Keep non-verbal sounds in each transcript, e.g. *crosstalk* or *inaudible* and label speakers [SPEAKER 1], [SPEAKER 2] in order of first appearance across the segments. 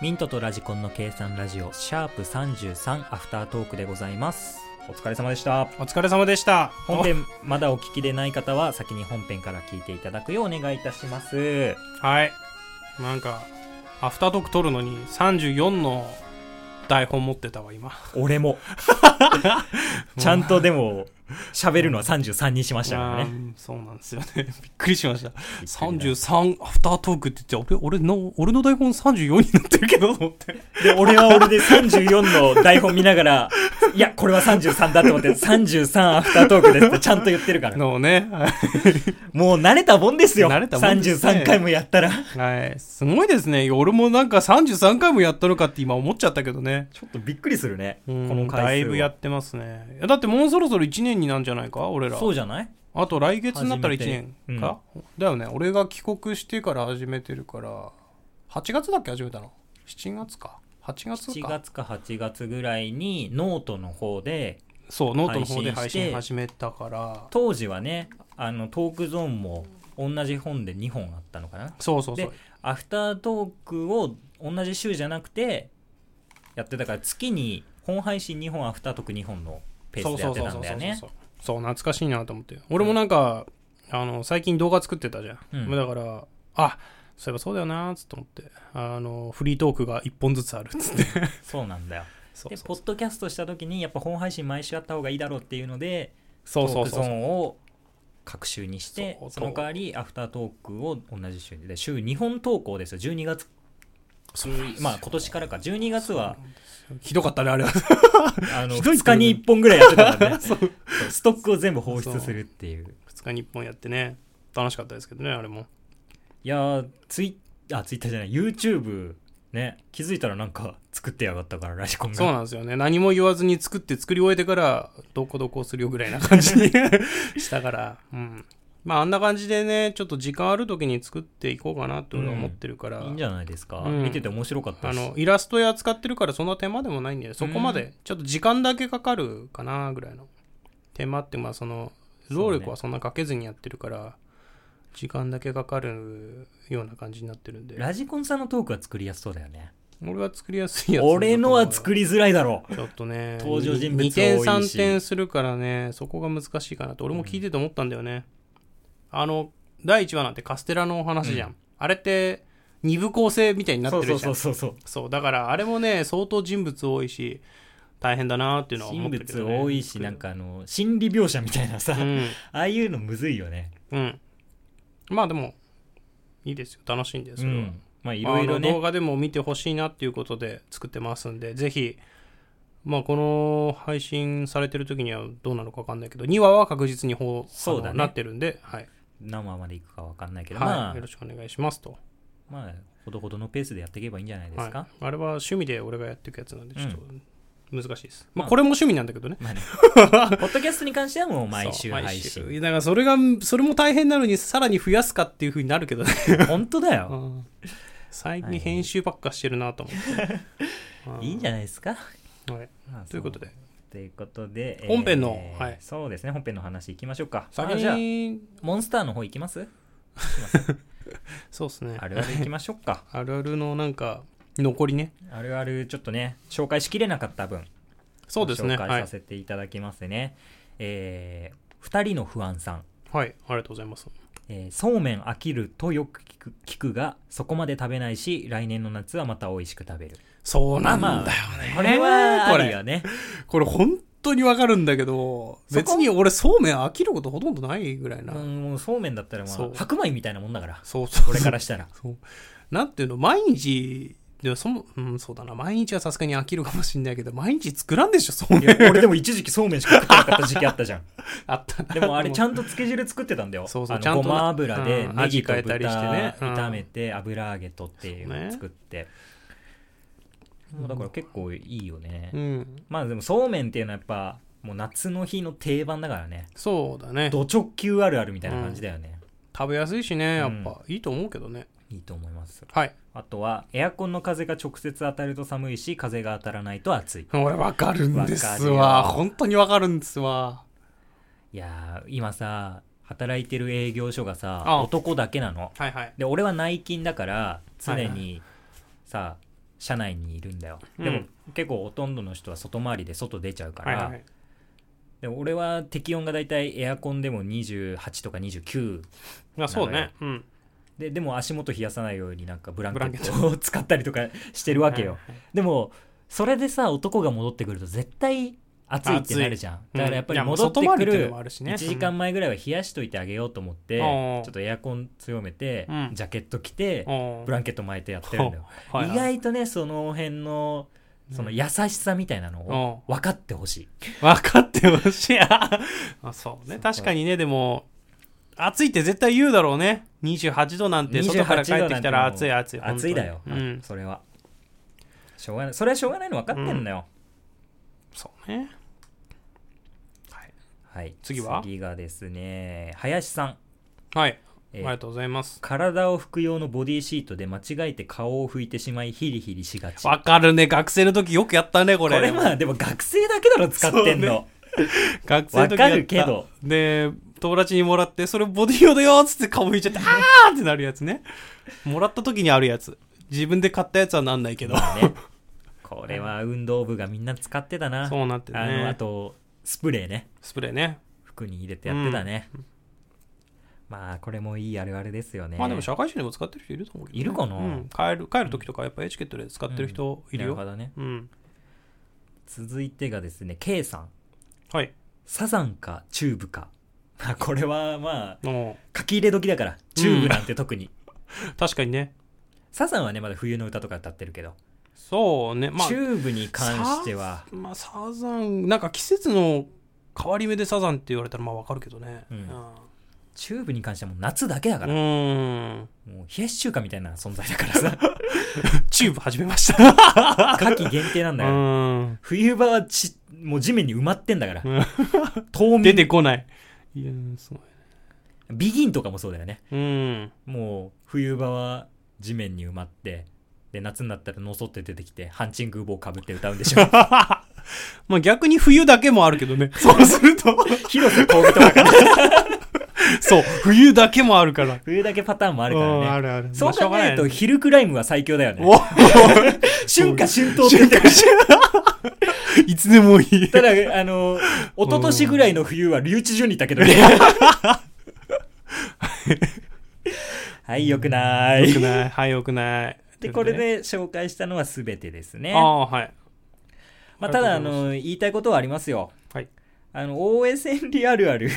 [SPEAKER 1] ミントとラジコンの計算ラジオ、シャープ33アフタートークでございます。お疲れ様でした。
[SPEAKER 2] お疲れ様でした。
[SPEAKER 1] 本編、まだお聞きでない方は、先に本編から聞いていただくようお願いいたします。
[SPEAKER 2] おはい。なんか、アフタートーク撮るのに34の台本持ってたわ、今。
[SPEAKER 1] 俺も。 *laughs* ちゃんとでも、喋るのは33にしましたから
[SPEAKER 2] う
[SPEAKER 1] ね。
[SPEAKER 2] んそうなんですよね。びっ *laughs* くりしました。
[SPEAKER 1] びっくり
[SPEAKER 2] 33アフタートークって言って、俺俺の、俺の台本34になってるけど、と思って。
[SPEAKER 1] だで、俺は俺で34の台本見ながら、いや、これは33だと思って、33アフタートークですってちゃんと言ってるから。
[SPEAKER 2] *laughs* のね。はい
[SPEAKER 1] もう慣れたもんですよ。
[SPEAKER 2] 慣れたもんですね
[SPEAKER 1] 33回もやったら。
[SPEAKER 2] はい。すごいですね。俺もなんか33回もやったのかって今思っちゃったけどね。
[SPEAKER 1] ちょっとびっくりするね。こ
[SPEAKER 2] うん
[SPEAKER 1] の回数は
[SPEAKER 2] だいぶやってますね。いやだってもうそろそろ1年になんじゃないか俺ら。
[SPEAKER 1] そうじゃない
[SPEAKER 2] あと来月になったら1年
[SPEAKER 1] 初めて
[SPEAKER 2] か、だよね俺が帰国してから始めてるから8月だっけ始めたの7月か8月
[SPEAKER 1] ?7
[SPEAKER 2] か
[SPEAKER 1] 月か8月ぐらいにノートの方で、
[SPEAKER 2] そうノートの方で
[SPEAKER 1] 配信
[SPEAKER 2] 配
[SPEAKER 1] して
[SPEAKER 2] 信始めたから
[SPEAKER 1] 当時はね、あの、トークゾーンも同じ本で2本あったのかな
[SPEAKER 2] そうそうそ
[SPEAKER 1] で
[SPEAKER 2] う
[SPEAKER 1] アフタートークを同じ週じゃなくて、やってたから月に本配信2本、アフタートーク2本のペー
[SPEAKER 2] そ
[SPEAKER 1] ス
[SPEAKER 2] う
[SPEAKER 1] で
[SPEAKER 2] そ
[SPEAKER 1] や
[SPEAKER 2] う
[SPEAKER 1] って
[SPEAKER 2] そう
[SPEAKER 1] たんだよね。
[SPEAKER 2] そうそうそう懐かしいなと思って俺もなんか、あの最近動画作ってたじゃん、
[SPEAKER 1] うん
[SPEAKER 2] だからあそういえばそうだよなーっつって思ってあのフリートークが1本ずつあるっつって
[SPEAKER 1] *laughs* そうなんだよ。
[SPEAKER 2] そう
[SPEAKER 1] で、
[SPEAKER 2] そ
[SPEAKER 1] ポッドキャストした時に、やっぱ本配信毎週やった方がいいだろうっていうので、
[SPEAKER 2] うそう
[SPEAKER 1] トークゾ
[SPEAKER 2] そ
[SPEAKER 1] ー
[SPEAKER 2] う
[SPEAKER 1] ンを各週にして
[SPEAKER 2] そう
[SPEAKER 1] そ
[SPEAKER 2] そう
[SPEAKER 1] の代わりアフタートークを同じ週にで週2本投稿ですよ12月
[SPEAKER 2] そうなんですよ
[SPEAKER 1] まあ今年からか12月は
[SPEAKER 2] ひどかったねあれは *laughs*
[SPEAKER 1] あの
[SPEAKER 2] ひどい
[SPEAKER 1] 2
[SPEAKER 2] っ
[SPEAKER 1] 日
[SPEAKER 2] て言うね
[SPEAKER 1] に1本ぐらいやってたからね
[SPEAKER 2] *laughs* そう
[SPEAKER 1] そうストックを全部放出するっていう
[SPEAKER 2] 2日に1本やってね楽しかったですけどねあれも
[SPEAKER 1] いやーツイあツイッターじゃない YouTube ね気づいたらなんか作ってやがったからラジコン
[SPEAKER 2] そう
[SPEAKER 1] が
[SPEAKER 2] なんですよね。何も言わずに作って作り終えてから、どこどこするよぐらいな感じ
[SPEAKER 1] *laughs*
[SPEAKER 2] にしたから、うん。まああんな感じでね、ちょっと時間ある時に作っていこうかなって俺は思ってるから、
[SPEAKER 1] いいんじゃないですか、
[SPEAKER 2] うん
[SPEAKER 1] 見てて面白かった
[SPEAKER 2] あ
[SPEAKER 1] し
[SPEAKER 2] の、イラストや使ってるからそんな手間でもないんで、そこまで、ちょっと時間だけかかるかなぐらいの。手間って、まあその、労力はそんなかけずにやってるから、時間だけかかるような感じになってるんで、
[SPEAKER 1] ラジコンさんのトークは作りやすそうだよね
[SPEAKER 2] 俺は作りやすいやつだと思う
[SPEAKER 1] 俺のは作りづらいだろう
[SPEAKER 2] ちょっとね、
[SPEAKER 1] *laughs* 登場人物多いし
[SPEAKER 2] 2点3点するからね、そこが難しいかなと。俺も聞いてて思ったんだよね。あの、第1話なんてカステラのお話じゃん。あれって、二部構成みたいになってるじゃん。そ
[SPEAKER 1] そううそうそうそう
[SPEAKER 2] だからあれもね、相当人物多いし、大変だなっていうのは思
[SPEAKER 1] 人
[SPEAKER 2] ってるけ
[SPEAKER 1] 物
[SPEAKER 2] ど、ね。
[SPEAKER 1] 多いしなん
[SPEAKER 2] か。
[SPEAKER 1] かあの心理描写みたいなさ、
[SPEAKER 2] う
[SPEAKER 1] あ
[SPEAKER 2] ん。
[SPEAKER 1] あいうのむずいよね
[SPEAKER 2] うん。まあでも、いいですよ。楽しいんです
[SPEAKER 1] う
[SPEAKER 2] よ。
[SPEAKER 1] んまあいろいろ
[SPEAKER 2] あの動
[SPEAKER 1] ね
[SPEAKER 2] 画でも見てほしいなっていうことで作ってますんでぜひ、まあ、この配信されてる時にはどうなのか分かんないけど2話は確実に放
[SPEAKER 1] そう
[SPEAKER 2] 送
[SPEAKER 1] だね
[SPEAKER 2] なってるんで、はい
[SPEAKER 1] 何話までいくかわかんないけど、
[SPEAKER 2] は
[SPEAKER 1] ま
[SPEAKER 2] い、よろ
[SPEAKER 1] あ
[SPEAKER 2] しくお願いしますと、
[SPEAKER 1] まあほどほどのペースでやっていけばいいんじゃないですか、
[SPEAKER 2] はい、あれは趣味で俺がやっていくやつなんでちょっと難しいです、
[SPEAKER 1] まあ
[SPEAKER 2] まあ、これも趣味なんだけどね *laughs*
[SPEAKER 1] まあねポッドキャストに関してはもう毎週
[SPEAKER 2] そう
[SPEAKER 1] 配
[SPEAKER 2] 毎
[SPEAKER 1] 信
[SPEAKER 2] 週だからそれがそれも大変なのにさらに増やすかっていうふうになるけど
[SPEAKER 1] *laughs*
[SPEAKER 2] ね
[SPEAKER 1] 本当だよ
[SPEAKER 2] うん最近編集ばっかしてるなと思って、
[SPEAKER 1] いいんじゃないですか、
[SPEAKER 2] ゃはい、
[SPEAKER 1] まあ
[SPEAKER 2] ということで
[SPEAKER 1] そうということで、
[SPEAKER 2] 本編のはい
[SPEAKER 1] そうですね本編の話いきましょうか
[SPEAKER 2] 先
[SPEAKER 1] あじゃあ
[SPEAKER 2] に
[SPEAKER 1] モンスターの方いきます
[SPEAKER 2] そうですね
[SPEAKER 1] あるあるいきましょう
[SPEAKER 2] *laughs*
[SPEAKER 1] か
[SPEAKER 2] あるあるのなんか残りね
[SPEAKER 1] あるあるちょっとね紹介しきれなかった分
[SPEAKER 2] そうですね
[SPEAKER 1] 紹
[SPEAKER 2] は
[SPEAKER 1] 介
[SPEAKER 2] い、は
[SPEAKER 1] さ
[SPEAKER 2] い、
[SPEAKER 1] せていただきますね、えー、2人の不安さん、
[SPEAKER 2] ありがとうございます
[SPEAKER 1] えーそうめん飽きるとよく聞く聞くがそこまで食べないし来年の夏はまた美味しく食べる
[SPEAKER 2] そうなんだよね、
[SPEAKER 1] これはあ
[SPEAKER 2] こ
[SPEAKER 1] る
[SPEAKER 2] れ
[SPEAKER 1] よね
[SPEAKER 2] これ本当にわかるんだけど
[SPEAKER 1] そこ
[SPEAKER 2] 別に俺そうめん飽きることほとんどないぐらいな、
[SPEAKER 1] うんもうそうめんだったら、ま
[SPEAKER 2] そ
[SPEAKER 1] あ
[SPEAKER 2] う、
[SPEAKER 1] 白米みたいなもんだから
[SPEAKER 2] そうそう
[SPEAKER 1] これからしたら
[SPEAKER 2] そうなんていうの毎日でもそも、うん、そうだな毎日はさすがに飽きるかもしんないけど毎日作らんでしょそう
[SPEAKER 1] い
[SPEAKER 2] めん
[SPEAKER 1] や俺でも一時期そうめんしか食ってなかった時期あった
[SPEAKER 2] *laughs*
[SPEAKER 1] じゃん
[SPEAKER 2] あったな
[SPEAKER 1] でもあれち
[SPEAKER 2] ん
[SPEAKER 1] ゃんとつけ汁作ってたんだよ
[SPEAKER 2] そうそう
[SPEAKER 1] あ
[SPEAKER 2] ちゃん
[SPEAKER 1] の
[SPEAKER 2] と
[SPEAKER 1] ごま油で
[SPEAKER 2] うん
[SPEAKER 1] ネギと
[SPEAKER 2] 味変えた
[SPEAKER 1] 豚
[SPEAKER 2] りしてねうん
[SPEAKER 1] 炒めて油揚げとっていう
[SPEAKER 2] そう
[SPEAKER 1] のを
[SPEAKER 2] ね
[SPEAKER 1] 作ってもうだから結構いいよね
[SPEAKER 2] うん
[SPEAKER 1] まあでもそうめんっていうのはやっぱもう夏の日の定番だからね
[SPEAKER 2] そうだね
[SPEAKER 1] ド直球あるあるみたいな感じだよね、
[SPEAKER 2] 食べやすいしねやっぱ、いいと思うけどね
[SPEAKER 1] いいと思います
[SPEAKER 2] はい
[SPEAKER 1] あとはエアコンの風が直接当たると寒いし風が当たらないと暑い
[SPEAKER 2] 俺わかるんです
[SPEAKER 1] わ
[SPEAKER 2] わ
[SPEAKER 1] かるよ
[SPEAKER 2] 本当にわかるんですわ
[SPEAKER 1] いやー今さ働いてる営業所がさ
[SPEAKER 2] あ
[SPEAKER 1] 男だけなの
[SPEAKER 2] はいはい
[SPEAKER 1] で俺は内勤だから常
[SPEAKER 2] はいは
[SPEAKER 1] にさ、車内にいるんだよ、
[SPEAKER 2] うん
[SPEAKER 1] でも結構ほとんどの人は外回りで外出ちゃうから、
[SPEAKER 2] はいはいはい
[SPEAKER 1] で俺は適温がだいたいエアコンでも28とか29
[SPEAKER 2] あそう
[SPEAKER 1] なのよ
[SPEAKER 2] ねうん
[SPEAKER 1] ででも足元冷やさないようになんかブランケ
[SPEAKER 2] ブランケ
[SPEAKER 1] ットを使ったりとかしてるわけよ、
[SPEAKER 2] はいはい
[SPEAKER 1] でもそれでさ男が戻ってくると絶対暑いってなるじゃんだからやっぱり
[SPEAKER 2] うんいや
[SPEAKER 1] 戻って
[SPEAKER 2] 外
[SPEAKER 1] く
[SPEAKER 2] 回りっていうの
[SPEAKER 1] る
[SPEAKER 2] もあるしね
[SPEAKER 1] 1時間前ぐらいは冷やしといてあげようと思ってち
[SPEAKER 2] うん
[SPEAKER 1] ょっとエアコン強めて
[SPEAKER 2] うん
[SPEAKER 1] ジャケット着て
[SPEAKER 2] うん
[SPEAKER 1] ブランケット巻いてやってるんだよ
[SPEAKER 2] はいは
[SPEAKER 1] 意
[SPEAKER 2] い
[SPEAKER 1] 外とねその辺のその優しさみたいなのを分かってほしい
[SPEAKER 2] 分かってほし
[SPEAKER 1] *laughs*
[SPEAKER 2] い。あそうね。確かにね、でも、暑いって絶対言うだろうね。28度なんて、外から帰ってきたら
[SPEAKER 1] 28
[SPEAKER 2] 暑い、暑い。本当
[SPEAKER 1] 暑
[SPEAKER 2] に
[SPEAKER 1] いだよ
[SPEAKER 2] うん。
[SPEAKER 1] それはしょうがないそれはしょうがないの分かってんだよ
[SPEAKER 2] そうね。はい。
[SPEAKER 1] はい
[SPEAKER 2] 次は
[SPEAKER 1] 次がですね林さん
[SPEAKER 2] はい。あ
[SPEAKER 1] え
[SPEAKER 2] り
[SPEAKER 1] ー
[SPEAKER 2] がとうございます。
[SPEAKER 1] 体を拭く用のボディーシートで間違えて顔を拭いてしまいヒリヒリしがち
[SPEAKER 2] わかるね。学生の時よくやったね、こ
[SPEAKER 1] こ
[SPEAKER 2] れ。
[SPEAKER 1] れまあでも学生だけだろ使ってんの、
[SPEAKER 2] 学生の時やった
[SPEAKER 1] わかるけど。
[SPEAKER 2] で、友達にもらって、それボディ用だよっつって顔拭いちゃって、あーってなるやつね。もらった時にあるやつ。自分で買ったやつはなんないけど。
[SPEAKER 1] ね、これは運動部がみんな使ってたな
[SPEAKER 2] そうなってね。
[SPEAKER 1] あのあとスプレーね
[SPEAKER 2] スプレーね。
[SPEAKER 1] 服に入れてやってたね、まあこれもいいあるあるですよね
[SPEAKER 2] まあでも社会人でも使ってる人いると思うけどね
[SPEAKER 1] いるかな
[SPEAKER 2] うん、帰る帰る時とかやっぱエチケットで使ってる人いるよ、
[SPEAKER 1] なるほどね
[SPEAKER 2] うん
[SPEAKER 1] 続いてがですね K さん
[SPEAKER 2] はい
[SPEAKER 1] サザンかチューブかまあこれはまあ
[SPEAKER 2] お
[SPEAKER 1] 書き入れ時だからチューブなんて特に、
[SPEAKER 2] う確かにね
[SPEAKER 1] サザンはねまだ冬の歌とか歌ってるけど、
[SPEAKER 2] そうねまあ
[SPEAKER 1] チューブに関しては、
[SPEAKER 2] まあ、サザンなんか季節の変わり目でサザンって言われたらまあわかるけどね
[SPEAKER 1] う
[SPEAKER 2] うんん、
[SPEAKER 1] チューブに関してはもう夏だけだから、
[SPEAKER 2] うん
[SPEAKER 1] もう冷やし中華みたいな存在だからさ、
[SPEAKER 2] *laughs* チューブ始めました
[SPEAKER 1] 夏季限定なんだ
[SPEAKER 2] う
[SPEAKER 1] よ。
[SPEAKER 2] ん
[SPEAKER 1] 冬場はちもう地面に埋まってんだから
[SPEAKER 2] うん、
[SPEAKER 1] 冬
[SPEAKER 2] 出
[SPEAKER 1] 眠、
[SPEAKER 2] てこないいやすごい
[SPEAKER 1] ビギンとかもそうだよね。
[SPEAKER 2] うん *laughs*
[SPEAKER 1] もう冬場は地面に埋まって、で、夏になったらのそって出てきて、ハンチング帽かぶって歌うんで
[SPEAKER 2] *laughs*
[SPEAKER 1] しょ。
[SPEAKER 2] まあ逆に冬だけもあるけ
[SPEAKER 1] *laughs*
[SPEAKER 2] どねそうすると
[SPEAKER 1] 広瀬香美とかが
[SPEAKER 2] そう冬だけもあるから
[SPEAKER 1] 冬だけパターンもあ
[SPEAKER 2] あ
[SPEAKER 1] るからね。
[SPEAKER 2] あるある
[SPEAKER 1] そう考えると、
[SPEAKER 2] まあしょがないね
[SPEAKER 1] ヒルクライムは最強だよね。
[SPEAKER 2] お
[SPEAKER 1] 春夏春冬って言ってる *laughs*
[SPEAKER 2] いつでもいい。
[SPEAKER 1] ただ、あの、一昨年ぐらいの冬は留置所にいたけどね。 *laughs* はい、よくな
[SPEAKER 2] よく
[SPEAKER 1] い。
[SPEAKER 2] ない。はい、よくない。
[SPEAKER 1] で、これ。で紹介したのは全てですね。
[SPEAKER 2] ああ、はい。
[SPEAKER 1] まあ、ただ、あ
[SPEAKER 2] りがとうござい
[SPEAKER 1] の、言いたいことはありますよ。
[SPEAKER 2] はい。
[SPEAKER 1] あの、OS 千里あるあ
[SPEAKER 2] *laughs*
[SPEAKER 1] る。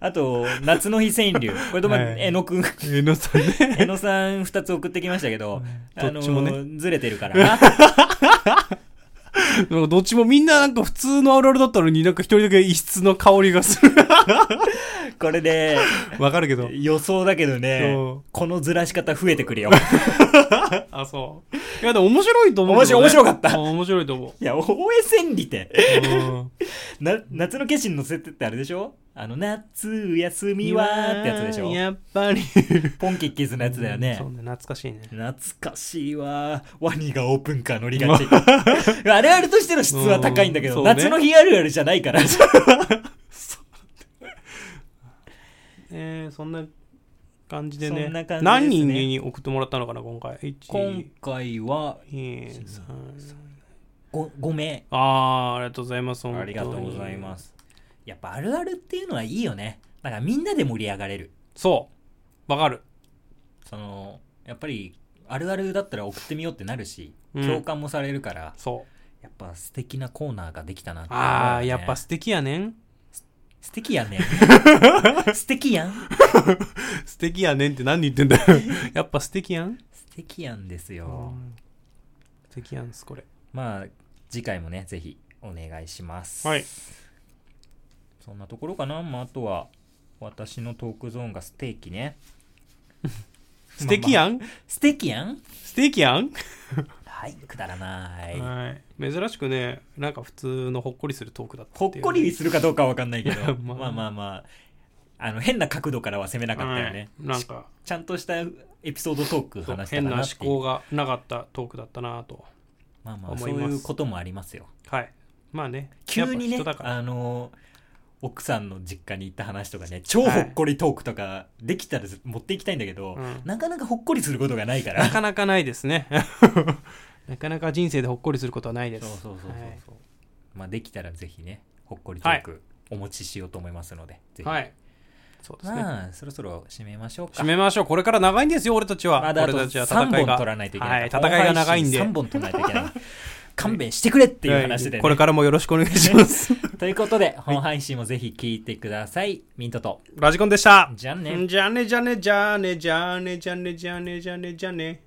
[SPEAKER 1] あと、夏の日川柳。これとまあ、
[SPEAKER 2] はい
[SPEAKER 1] えの
[SPEAKER 2] *laughs*
[SPEAKER 1] くん、
[SPEAKER 2] えのさんね。
[SPEAKER 1] えのさん2つ送ってきましたけど、あ
[SPEAKER 2] ど
[SPEAKER 1] の
[SPEAKER 2] っちもね、
[SPEAKER 1] ずれてる
[SPEAKER 2] *laughs*
[SPEAKER 1] からな。
[SPEAKER 2] なんかどっちもみんななんか普通のあるあるだったのに、なんか一人だけ異質の香りがす
[SPEAKER 1] *laughs*
[SPEAKER 2] る。
[SPEAKER 1] これで、
[SPEAKER 2] わかるけど。
[SPEAKER 1] 予想だけどね
[SPEAKER 2] うん、
[SPEAKER 1] このずらし方増えてくる
[SPEAKER 2] *laughs*
[SPEAKER 1] よ。
[SPEAKER 2] あ、そう。いや、でも面白いと思う、
[SPEAKER 1] 面白い面白かった
[SPEAKER 2] あ面白いと思
[SPEAKER 1] いや、応援千里って、 *laughs*
[SPEAKER 2] う。
[SPEAKER 1] な、夏の決心の設定ってあれでしょあの、夏休みはーってやつでしょ
[SPEAKER 2] やっぱり。
[SPEAKER 1] ポンキッキーズのやつだよね
[SPEAKER 2] そう。ね、懐かしいね。
[SPEAKER 1] 懐かしいわーワニがオープンカー乗り *laughs* がち。あれあれとしての質は高いんだけ
[SPEAKER 2] う
[SPEAKER 1] ど、
[SPEAKER 2] んそうね
[SPEAKER 1] 夏の日あるあるじゃないから。
[SPEAKER 2] えー、そんな感じでね。
[SPEAKER 1] そんな感じですね
[SPEAKER 2] 何人に送ってもらったのかな、今回。1、
[SPEAKER 1] 今回は
[SPEAKER 2] 2、3。
[SPEAKER 1] ご5名。
[SPEAKER 2] ああ、ありがとうございます。。
[SPEAKER 1] ありがとうございますす。やっぱあるあるっていうのはいいよね。だからみんなで盛り上がれる。
[SPEAKER 2] そう。わかる。
[SPEAKER 1] その、やっぱり、あるあるだったら送ってみようってなるし、
[SPEAKER 2] うん
[SPEAKER 1] 共感もされるから、
[SPEAKER 2] そう。
[SPEAKER 1] やっぱ素敵なコーナーができたなって思うよね
[SPEAKER 2] ああ、やっぱ素敵やねん。 *laughs*
[SPEAKER 1] 素敵 *laughs* やね素敵やん
[SPEAKER 2] 素敵やねんって何言ってんだよ。 *laughs* やっぱ素敵やん。
[SPEAKER 1] 素敵やんですよ、
[SPEAKER 2] 素敵やんす、これ。
[SPEAKER 1] まあ次回もねぜひお願いします
[SPEAKER 2] はい
[SPEAKER 1] そんなところかな、まあ、あとは私のトークゾーンがステーキね
[SPEAKER 2] 素敵やん、
[SPEAKER 1] 素敵やん
[SPEAKER 2] 素敵やん、
[SPEAKER 1] はいくだらない、
[SPEAKER 2] はい、珍しくね、なんか普通のほっこりするトークだった
[SPEAKER 1] ほっこりするかどうかは分かんないけ
[SPEAKER 2] いや
[SPEAKER 1] ど *laughs*
[SPEAKER 2] ま
[SPEAKER 1] ま
[SPEAKER 2] あ
[SPEAKER 1] あ、まあまああの変な角度からは攻めな
[SPEAKER 2] な
[SPEAKER 1] かったよね、
[SPEAKER 2] なんか、
[SPEAKER 1] ちゃんとしたエピソードトーク話したか
[SPEAKER 2] 変な
[SPEAKER 1] な
[SPEAKER 2] 思
[SPEAKER 1] っていう
[SPEAKER 2] 考がなかったトークだったなと。
[SPEAKER 1] まあまあ
[SPEAKER 2] 思
[SPEAKER 1] そ
[SPEAKER 2] いうます
[SPEAKER 1] いうこともありますよ
[SPEAKER 2] はい。まあね。
[SPEAKER 1] 急にね
[SPEAKER 2] やっぱ人だから
[SPEAKER 1] あの奥さんの実家に行った話とかね超ほっこりトークとかできたら持っていきたいんだけど、
[SPEAKER 2] うん
[SPEAKER 1] なかなかほっこりすることがないから
[SPEAKER 2] なかなかないですねなかなか人生でほっこりすることはない *laughs* です
[SPEAKER 1] そうそうそうそう
[SPEAKER 2] はい
[SPEAKER 1] そう、まあできたらぜひねほっこりトークお持ちしようと思いますので、ぜひ
[SPEAKER 2] はい。そうですね。
[SPEAKER 1] まあそろそろ締めましょうか
[SPEAKER 2] 締めましょう。これから長いんですよ、俺たちは。
[SPEAKER 1] まだあと
[SPEAKER 2] 俺たちは
[SPEAKER 1] 3
[SPEAKER 2] 戦いが。
[SPEAKER 1] 本取らないといけない、
[SPEAKER 2] はい、戦いが長いんで。
[SPEAKER 1] 3本取らないといけない勘弁してくれっていう話で、ね
[SPEAKER 2] これからもよろしくお願い
[SPEAKER 1] *laughs*
[SPEAKER 2] します。
[SPEAKER 1] ということで本配信もぜひ聞いてくださいミントと
[SPEAKER 2] ラジコンでした。
[SPEAKER 1] じゃあね
[SPEAKER 2] じゃあねじゃあねじゃあねじゃあねじゃあねじゃあねじゃあね。